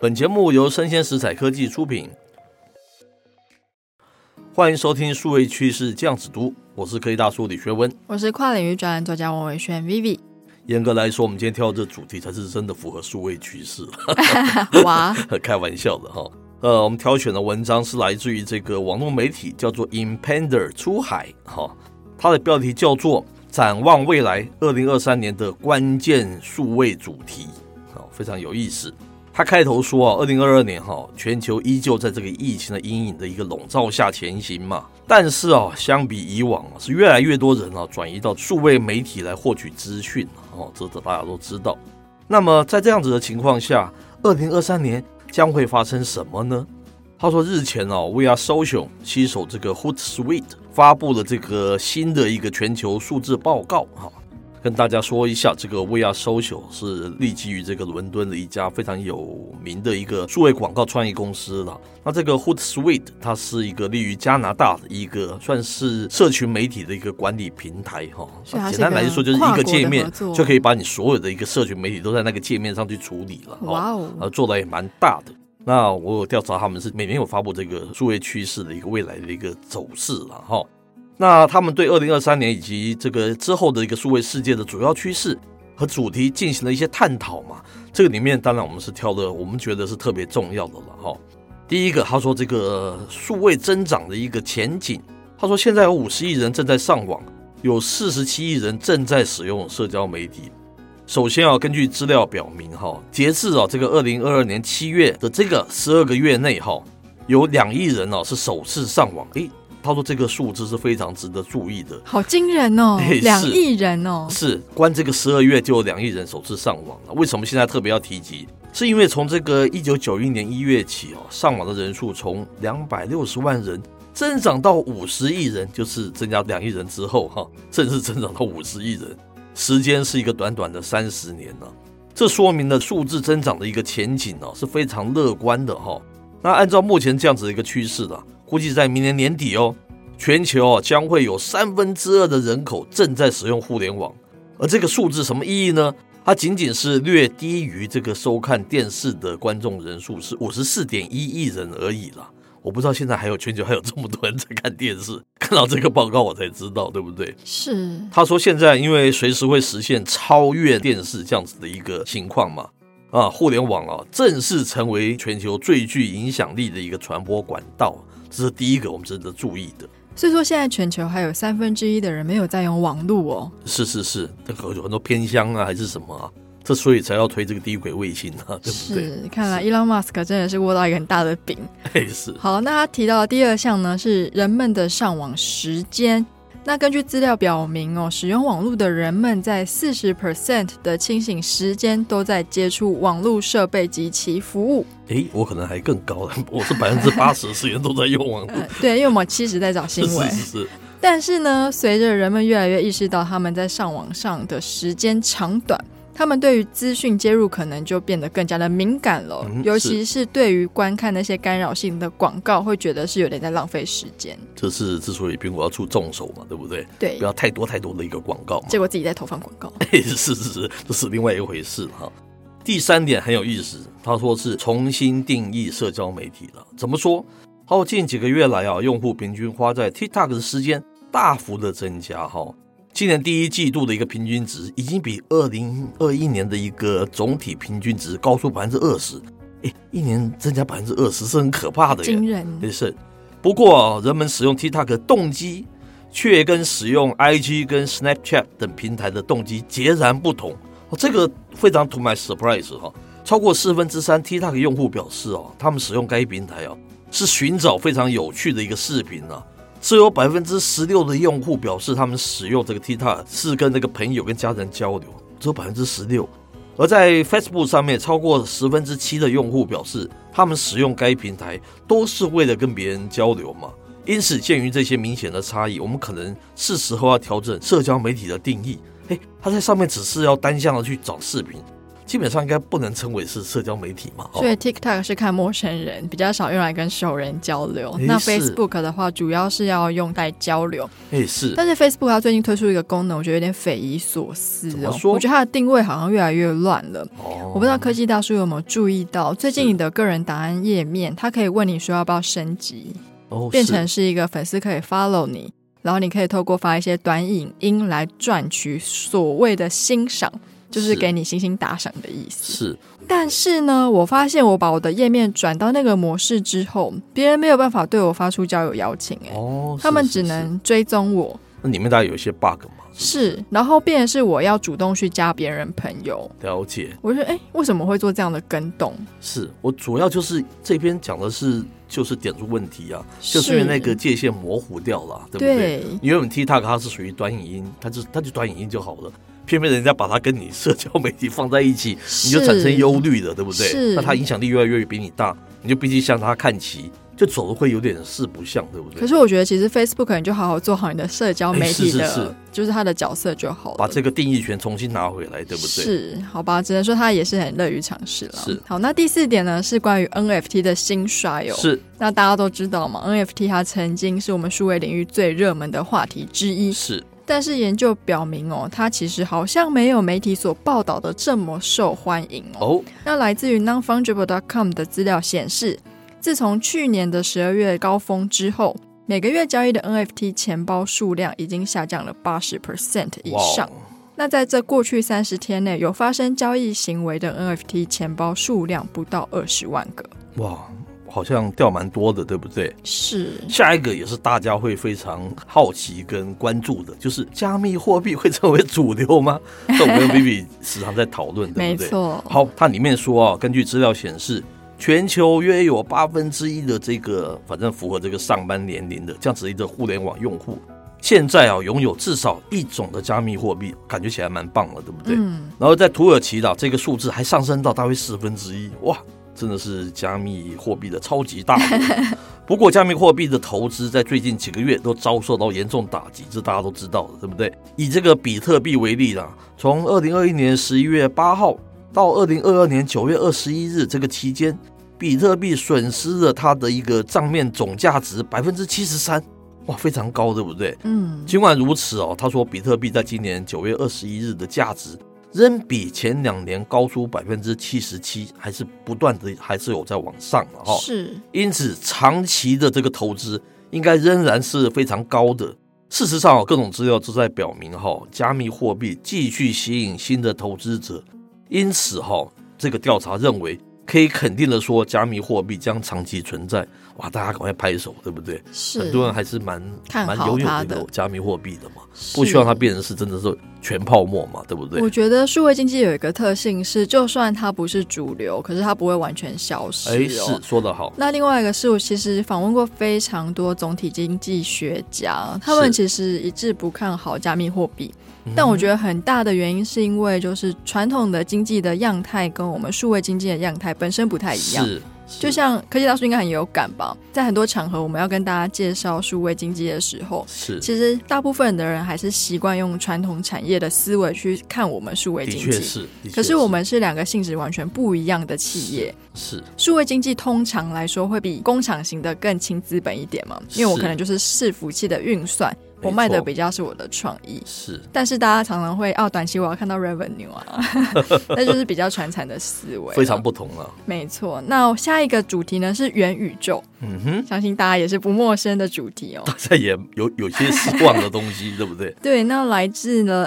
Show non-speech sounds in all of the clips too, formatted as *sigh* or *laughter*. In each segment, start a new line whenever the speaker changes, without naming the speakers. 本节目由生鲜食材科技出品，欢迎收听数位趋势酱子都，我是科技大叔李学文。
我是跨领域专栏作家王伟轩
*laughs*
Vivi。
严格来说，我们今天挑的这主题才是真的符合数位趋势，
哇，
*laughs* 开玩笑的哈。呃，我们挑选的文章是来自于这个网络媒体，叫做 Impender 出海哈，它的标题叫做《展望未来：二零二三年的关键数位主题》，好，非常有意思。它开头说啊，二零二二年哈，全球依旧在这个疫情的阴影的一个笼罩下前行嘛。但是啊，相比以往啊，是越来越多人啊转移到数位媒体来获取资讯哦，这个大家都知道。那么在这样子的情况下，二零二三年将会发生什么呢？他说，日前哦，VR Social 携手这个 Hootsuite 发布了这个新的一个全球数字报告哈、跟大家说一下，这个 VR Social 是立基于这个伦敦的一家非常有名的一个数位广告创意公司了。那这个 Hootsuite 它是一个立于加拿大的一个算是社群媒体的一个管理平台哈、
所以它是
简单来说就是一
一
个
个
界面
跨国的合作
就可以把你所有的一个社群媒体都在那个界面上去处理了、哦。
哇哦，
呃，做的也蛮大的。那我有调查他们是每年有发布这个数位趋势的一个未来的一个走势了哈。那他们对二零二三年以及这个之后的一个数位世界的主要趋势和主题进行了一些探讨嘛。这个里面当然我们是挑了我们觉得是特别重要的了哈。第一个，他说这个数位增长的一个前景，他说现在有五十亿人正在上网，有四十七亿人正在使用社交媒体，首先啊，根据资料表明，哈，截至啊这个二零二二年七月的这个十二个月内，哈，有两亿人哦、是首次上网。诶，他说这个数字是非常值得注意的，
好惊
*laughs*
人哦
嘿，
两
哎是
亿人哦，
是光这个十二月就有两亿人首次上网了。为什么现在特别要提及？是因为从这个一九九一年一月起哦，上网的人数从两百六十万人增长到五十亿人，就是增加两亿人之后哈，正式增长到五十亿人，时间是一个短短的三十年呢、这说明了数字增长的一个前景哦是非常乐观的哈、那按照目前这样子的一个趋势呢、估计在明年年底哦，全球哦将会有三分之二的人口正在使用互联网。而这个数字什么意义呢？它仅仅是略低于这个收看电视的观众人数是五十四点一亿人而已啦。我不知道现在还有全球还有这么多人在看电视， *laughs* 看到这个报告我才知道，对不对？
是
他说现在因为随时会实现超越电视这样子的一个情况嘛，啊，互联网啊正式成为全球最具影响力的一个传播管道，这是第一个我们值得注意的。
所以说现在全球还有三分之一的人没有在用网络哦，
是是是，那个有很多偏乡啊，还是什么啊？这所以才要推这个低轨卫星啊，对不对？
是，看来 Elon Musk 真的是握到一个很大的饼。
嘿是，
好，那他提到的第二项呢是人们的上网时间。那根据资料表明哦，使用网络的人们在四十 percent 的清醒时间都在接触网络设备及其服务。
诶，我可能还更高了，我是百分之八十时间都在用网络 *laughs*
*laughs* 呃，对，因为我们七十在找新
是
闻
是。是是，
但是呢，随着人们越来越意识到他们在上网上的时间长短，他们对于资讯接入可能就变得更加的敏感了，
嗯
尤其是对于观看那些干扰性的广告，会觉得是有点在浪费时间。
这是之所以苹果要出重手嘛，对不对？
对
不，要太多太多的一个广告嘛。
结果自己在投放广告。
嘿 *laughs* 是是是，这是另外一回事哈。第三点很有意思，他说是重新定义社交媒体了。怎么说？他说近几个月来啊，用户平均花在 TikTok 的时间大幅的增加哈。今年第一季度的一个平均值已经比二零二一年的一个总体平均值高出百分之二十，哎，一年增加百分之二十是很可怕的耶，
惊人，
也是。不过，人们使用 TikTok 的动机却跟使用 IG 跟 Snapchat 等平台的动机截然不同。哦，这个非常 to my surprise 哈、超过四分之三 TikTok 用户表示哦，他们使用该平台哦是寻找非常有趣的一个视频啊。只有百分之十六的用户表示他们使用这个 TikTok 是跟那个朋友跟家人交流，只有百分之十六。而在 Facebook 上面，超过十分之七的用户表示，他们使用该平台都是为了跟别人交流嘛。因此，鉴于这些明显的差异，我们可能是时候要调整社交媒体的定义。诶，他在上面只是要单向的去找视频，基本上应该不能称为是社交媒体嘛。哦
所以 TikTok 是看陌生人，比较少用来跟熟人交流。
诶
那
是
Facebook 的话，主要是要用来交流。
哎，是
但是 Facebook 它最近推出一个功能，我觉得有点匪夷所思
怎么
哦。
说
我觉得它的定位好像越来越乱了。
哦，
我不知道科技大叔有没有注意到，最近
是
你的个人档案页面，它可以问你说要不要升级，
哦
变
是
成是一个粉丝可以 follow 你，然后你可以透过发一些短影音来赚取所谓的欣赏，就是
是
给你星星打赏的意思。
是
但是呢，我发现我把我的页面转到那个模式之后，别人没有办法对我发出交友邀请、欸，
哦，
他们
是
只
是是
能追踪我。
那里面大概有一些 bug 嘛，
是，然后变成是我要主动去加别人朋友，
了解。
我就觉得哎、为什么会做这样的跟动？
是我主要就是这边讲的是就是点出问题啊，就是因为那个界限模糊掉了，对不对？
对
原本 TikTok 它是属于短影音，它就它就短影音就好了，偏偏人家把它跟你社交媒体放在一起，你就产生忧虑了，对不
是
对？那它影响力越来越比你大，你就必须向它看齐，就走的会有点四不像，对不对？
可是我觉得其实 Facebook 你就好好做好你的社交媒体的，
哎是是是
就是它的角色就好了。
把这个定义权重新拿回来，对不对？
是，好吧，只能说他也是很乐于尝试了。
是
好，那第四点呢是关于 NFT 的兴衰哦。
是
那大家都知道嘛，NFT 它曾经是我们数位领域最热门的话题之一，
是
但是研究表明哦，它其实好像没有媒体所报道的这么受欢迎哦。
哦，
那来自于 nonfungible.com 的资料显示，自从去年的十二月高峰之后，每个月交易的 NFT 钱包数量已经下降了八十 percent 以
哇哦
上。那在这过去三十天内，有发生交易行为的 NFT 钱包数量不到二十万个。
哇，好像掉蛮多的，对不对？
是
下一个也是大家会非常好奇跟关注的，就是加密货币会成为主流
*laughs*
吗？这我们 Vivi 时常在讨论，对
没
不对？
错，
好，它里面说啊，根据资料显示，全球约有八分之一的这个，反正符合这个上班年龄的这样子一个互联网用户，现在啊拥有至少一种的加密货币，感觉起来蛮棒了，对不对？
嗯，
然后在土耳其的这个数字还上升到大约四分之一，哇，真的是加密货币的超级大国。不过，加密货币的投资在最近几个月都遭受到严重打击，这大家都知道的，对不对？以这个比特币为例啦，从二零二一年十一月八号到二零二二年九月二十一日这个期间，比特币损失了它的一个账面总价值百分之七十三，哇，非常高，对不对？
嗯，
尽管如此哦，他说比特币在今年九月二十一日的价值仍比前两年高出百分之七十七，还是不断的还是有在往上了哈、
是
因此，长期的这个投资应该仍然是非常高的。事实上哦，各种资料都在表明哈、加密货币继续吸引新的投资者。因此哈、这个调查认为可以肯定的说，加密货币将长期存在。哇，大家赶快拍手，对不对？
是，
很多人还是蛮
看好
蛮拥有
它
这
的
个加密货币的嘛，
是
不希望它变成是真的是全泡沫嘛，对不对
我？觉得数位经济有一个特性是，就算它不是主流，可是它不会完全消失、哦。
哎，是说得好，
那另外一个是我其实访问过非常多总体经济学家，他们
是嗯
其实一致不看好加密货币。但我觉得很大的原因是因为，就是传统的经济的样态跟我们数位经济的样态本身不太一样。
是，是
就像科技大叔应该很有感吧，在很多场合我们要跟大家介绍数位经济的时候，
是，
其实大部分的人还是习惯用传统产业的思维去看我们数位
的
经
确
济。
是，的确
可是我们是两个性质完全不一样的企业，
是
数位经济通常来说会比工厂型的更轻资本一点嘛，因为我
是
可能就是伺服器的运算，
没
我卖的
错
比较是我的创意。
是
但是大家常常会啊，短期我要看到
*laughs*
revenue 啊，那就是比较传产的思维，
非常。不同啊了。
没错，那下一个主题呢是元宇宙，
嗯哼， *laughs*
相信大家也是不陌生的主题哦。
大家也有有些失望的东西， *laughs* 对不对？
对，那来自呢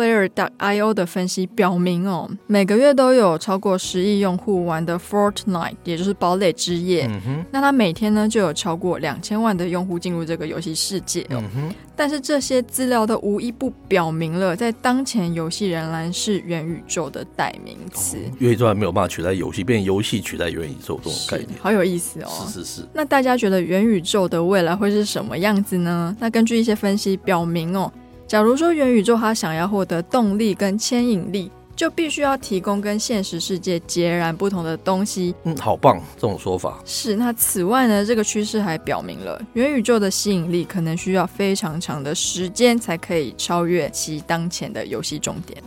ActivePlayer.io 的分析表明哦，每个月都有超过十亿用户玩的 Fortnite，也就是堡垒之夜。
嗯哼，
那它每天呢就有超过两千万的用户进入这个游戏世界哦。
嗯哼，
但是这些资料都无一不表明了，在当前游戏仍然是元宇宙的代名词。
元宇宙还没有办法取代游戏，变游戏取代元宇宙这种概
是
念，
好有意思哦。
是是是，
那大家觉得元宇宙的未来会是什么样子呢？那根据一些分析表明哦，假如说元宇宙它想要获得动力跟牵引力，就必须要提供跟现实世界截然不同的东西。
嗯，好棒，这种说法
是，那此外呢，这个趋势还表明了元宇宙的吸引力可能需要非常长的时间才可以超越其当前的游戏重点。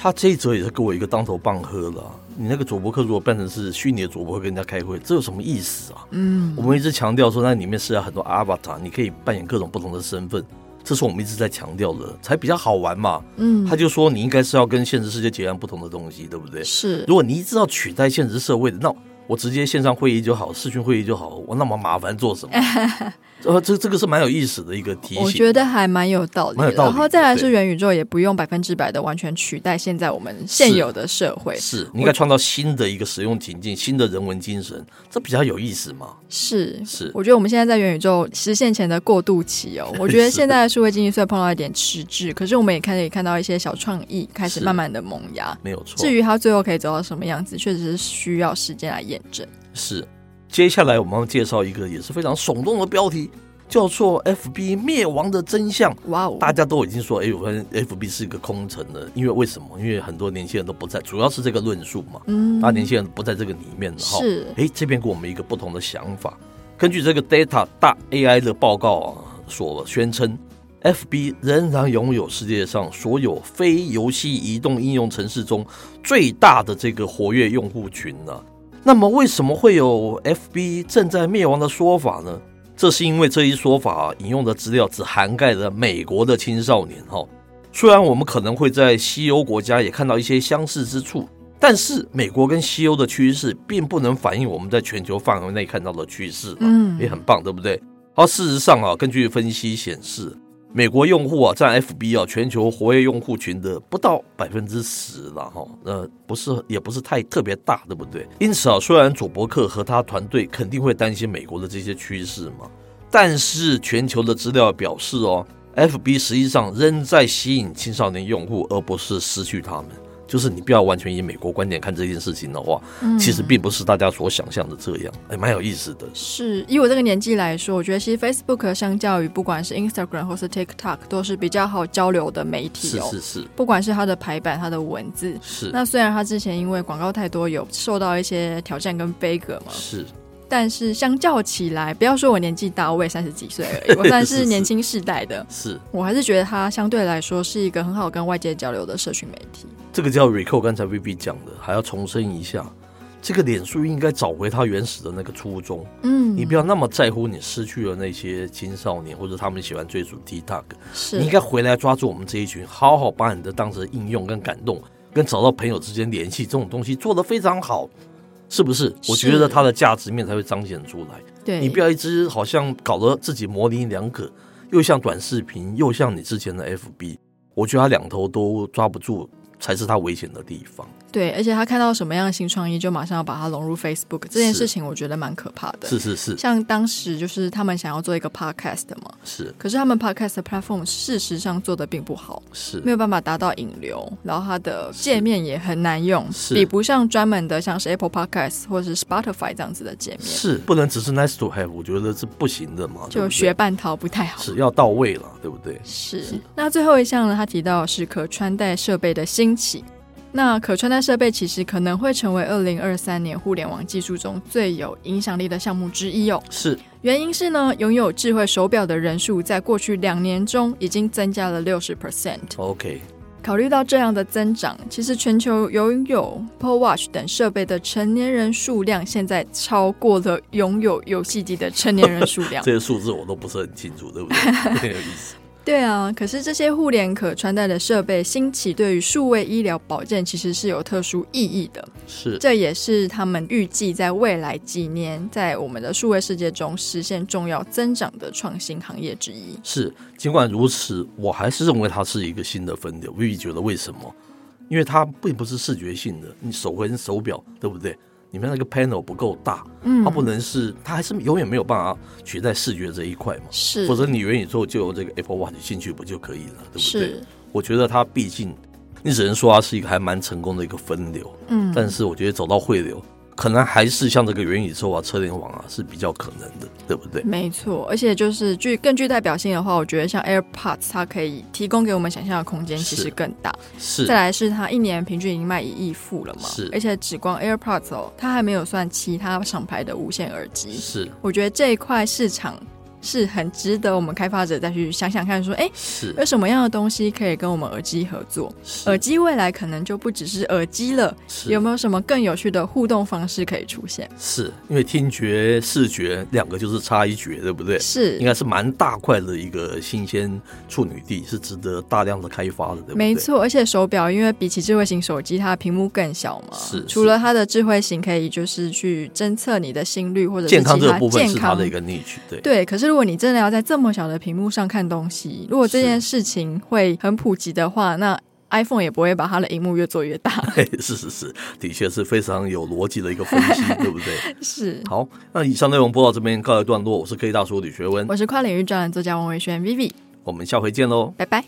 他这一折也是给我一个当头棒喝了啊。你那个佐伯克如果变成是虚拟的佐伯克跟人家开会，这有什么意思啊？
嗯
我们一直强调说，那里面是有很多 avatar，你可以扮演各种不同的身份，这是我们一直在强调的，才比较好玩嘛。
嗯，
他就说你应该是要跟现实世界截然不同的东西，对不对？
是
如果你一直要取代现实社会的，那我直接线上会议就好，视讯会议就好，我那么麻烦做
*laughs*
什么？呃，这这个是蛮有意思的一个提
我
醒。
觉得还蛮有道理
蛮
的。
有道理
然后再来是
对
元宇宙，也不用百分之百的完全取代现在我们现有的社会。
是，你应该创造新的一个使用情境，新的人文精神，这比较有意思嘛？
是，
是
我觉得我们现在在元宇宙实现前的过渡
*laughs*
期哦，我觉得现在的数位经济虽然碰到一点迟滞，可是我们也可以看到一些小创意开始
是
慢慢的萌芽。
没有错
至。于它最后可以走到什么样子，确实是需要时间来验证。
是，接下来我们要介绍一个也是非常耸动的标题，叫做《FB 灭亡的真相》。
哇哦，
大家都已经说，哎、我发现 FB 是一个空城了，因为为什么？因为很多年轻人都不在，主要是这个论述嘛。
嗯
那年轻人不在这个里面了哈。
是
哎，这边给我们一个不同的想法。根据这个 Data 大 AI 的报告啊，所宣称，FB 仍然拥有世界上所有非游戏移动应用程式中最大的这个活跃用户群呢、那么，为什么会有 FB 正在灭亡的说法呢？这是因为这一说法、啊、引用的资料只涵盖了美国的青少年哈、虽然我们可能会在西欧国家也看到一些相似之处，但是美国跟西欧的趋势并不能反映我们在全球范围内看到的趋势嘛，
嗯
也很棒，对不对？而事实上啊，根据分析显示，美国用户啊占 FB 啊全球活跃用户群的不到百分之十了哈，呃，不是也不是太特别大，对不对？因此啊，虽然佐伯克和他团队肯定会担心美国的这些趋势嘛，但是全球的资料表示哦，FB 实际上仍在吸引青少年用户，而不是失去他们。就是你不要完全以美国观点看这件事情的话，
嗯
其实并不是大家所想象的这样，哎，蛮有意思的。
是以我这个年纪来说，我觉得其实 Facebook 相较于不管是 Instagram 或是 TikTok 都是比较好交流的媒体
是
哦。
是是
不管是它的排版、它的文字，
是。
那虽然它之前因为广告太多有受到一些挑战跟悲歌嘛，
是
但是相较起来，不要说我年纪大，我也三十几岁
*laughs*
而已，我算是年轻世代的，
是，
我还是觉得它相对来说是一个很好跟外界交流的社群媒体。
这个叫 recall，刚才 VB 讲的，还要重申一下，这个脸书应该找回它原始的那个初衷。
嗯，
你不要那么在乎你失去了那些青少年，或者他们喜欢追逐 TikTok，
是
你应该回来抓住我们这一群，好好把你的当成应用跟感动，跟找到朋友之间联系这种东西做得非常好。是不是？我觉得它的价值面才会彰显出来。
对，
你不要一直好像搞得自己模棱两可，又像短视频，又像你之前的 FB，我觉得他两头都抓不住，才是他危险的地方。
对，而且他看到什么样的新创意，就马上要把它融入 Facebook 这件事情，我觉得蛮可怕的。
是是是
像当时就是他们想要做一个 podcast 嘛，
是
可是他们 podcast 的 platform 事实上做的并不好，没
是
有办法达到引流，然后它的界面也很难用，
是
比不上专门的像是 Apple Podcast 或是 Spotify 这样子的界面，
是，不能只是 nice to have，我觉得是不行的嘛。对
就
不对
学半套不太好。
是要到位了，对不对？
是，那最后一项呢？他提到的是可穿戴设备的兴起。那可穿戴设备其实可能会成为二零二三年互联网技术中最有影响力的项目之一哦。
是
原因是呢，拥有智慧手表的人数在过去两年中已经增加了六十 percent。
OK，
考虑到这样的增长，其实全球拥有 p o Watch 等设备的成年人数量现在超过了拥有游戏机的成年人数量。
这些数字我都不是很清楚，对不对？
*laughs*
很有意思。
对啊，可是这些互联可穿戴的设备兴起，对于数位医疗保健其实是有特殊意义的。
是
这也是他们预计在未来几年在我们的数位世界中实现重要增长的创新行业之一。
是，尽管如此，我还是认为它是一个新的分流。Vivi 觉得为什么？因为它并不是视觉性的，你手跟手表对不对？里面那个 panel 不够大，
嗯
它不能是，它还是永远没有办法取代视觉这一块嘛。
是
否则你元宇宙就有这个 Apple Watch 进去不就可以了，对不对？
是，
我觉得它毕竟，你只能说它是一个还蛮成功的一个分流，
嗯，
但是我觉得走到汇流，可能还是像这个元宇宙啊、车联网啊是比较可能的，对不对？
没错，而且就是具更具代表性的话，我觉得像 AirPods 它可以提供给我们想象的空间其实
是
更大。
是
再来是它一年平均已经卖一亿副了嘛，
是
而且只光 AirPods 哦，它还没有算其他厂牌的无线耳机。
是
我觉得这一块市场是很值得我们开发者再去想想看，说，哎，
是
有什么样的东西可以跟我们耳机合作？
是
耳机未来可能就不只是耳机了，
是
有没有什么更有趣的互动方式可以出现？
是因为听觉、视觉两个就是差一绝，对不对？应
是，
该是蛮大块的一个新鲜处女地，是值得大量的开发的，对不对？
没，错。而且手表，因为比起智慧型手机，它的屏幕更小嘛，
是
除了它的智慧型可以就是去侦测你的心率或者是
健康
其
这
他
个部分是
健
它
康
的一个 niche，对
*laughs* 对，可是如果你真的要在这么小的屏幕上看东西，如果这件事情会很普及的话，那 iPhone 也不会把它的荧幕越做越大。 *laughs*
对，是是是，的确是非常有逻辑的一个分析，对不
*laughs*
对？
是，
好，那以上内容播到这边告一段落，我是 K 大叔李学文，
我是跨领域专栏作家王维轩 Vivi，
我们下回见喽。
拜拜。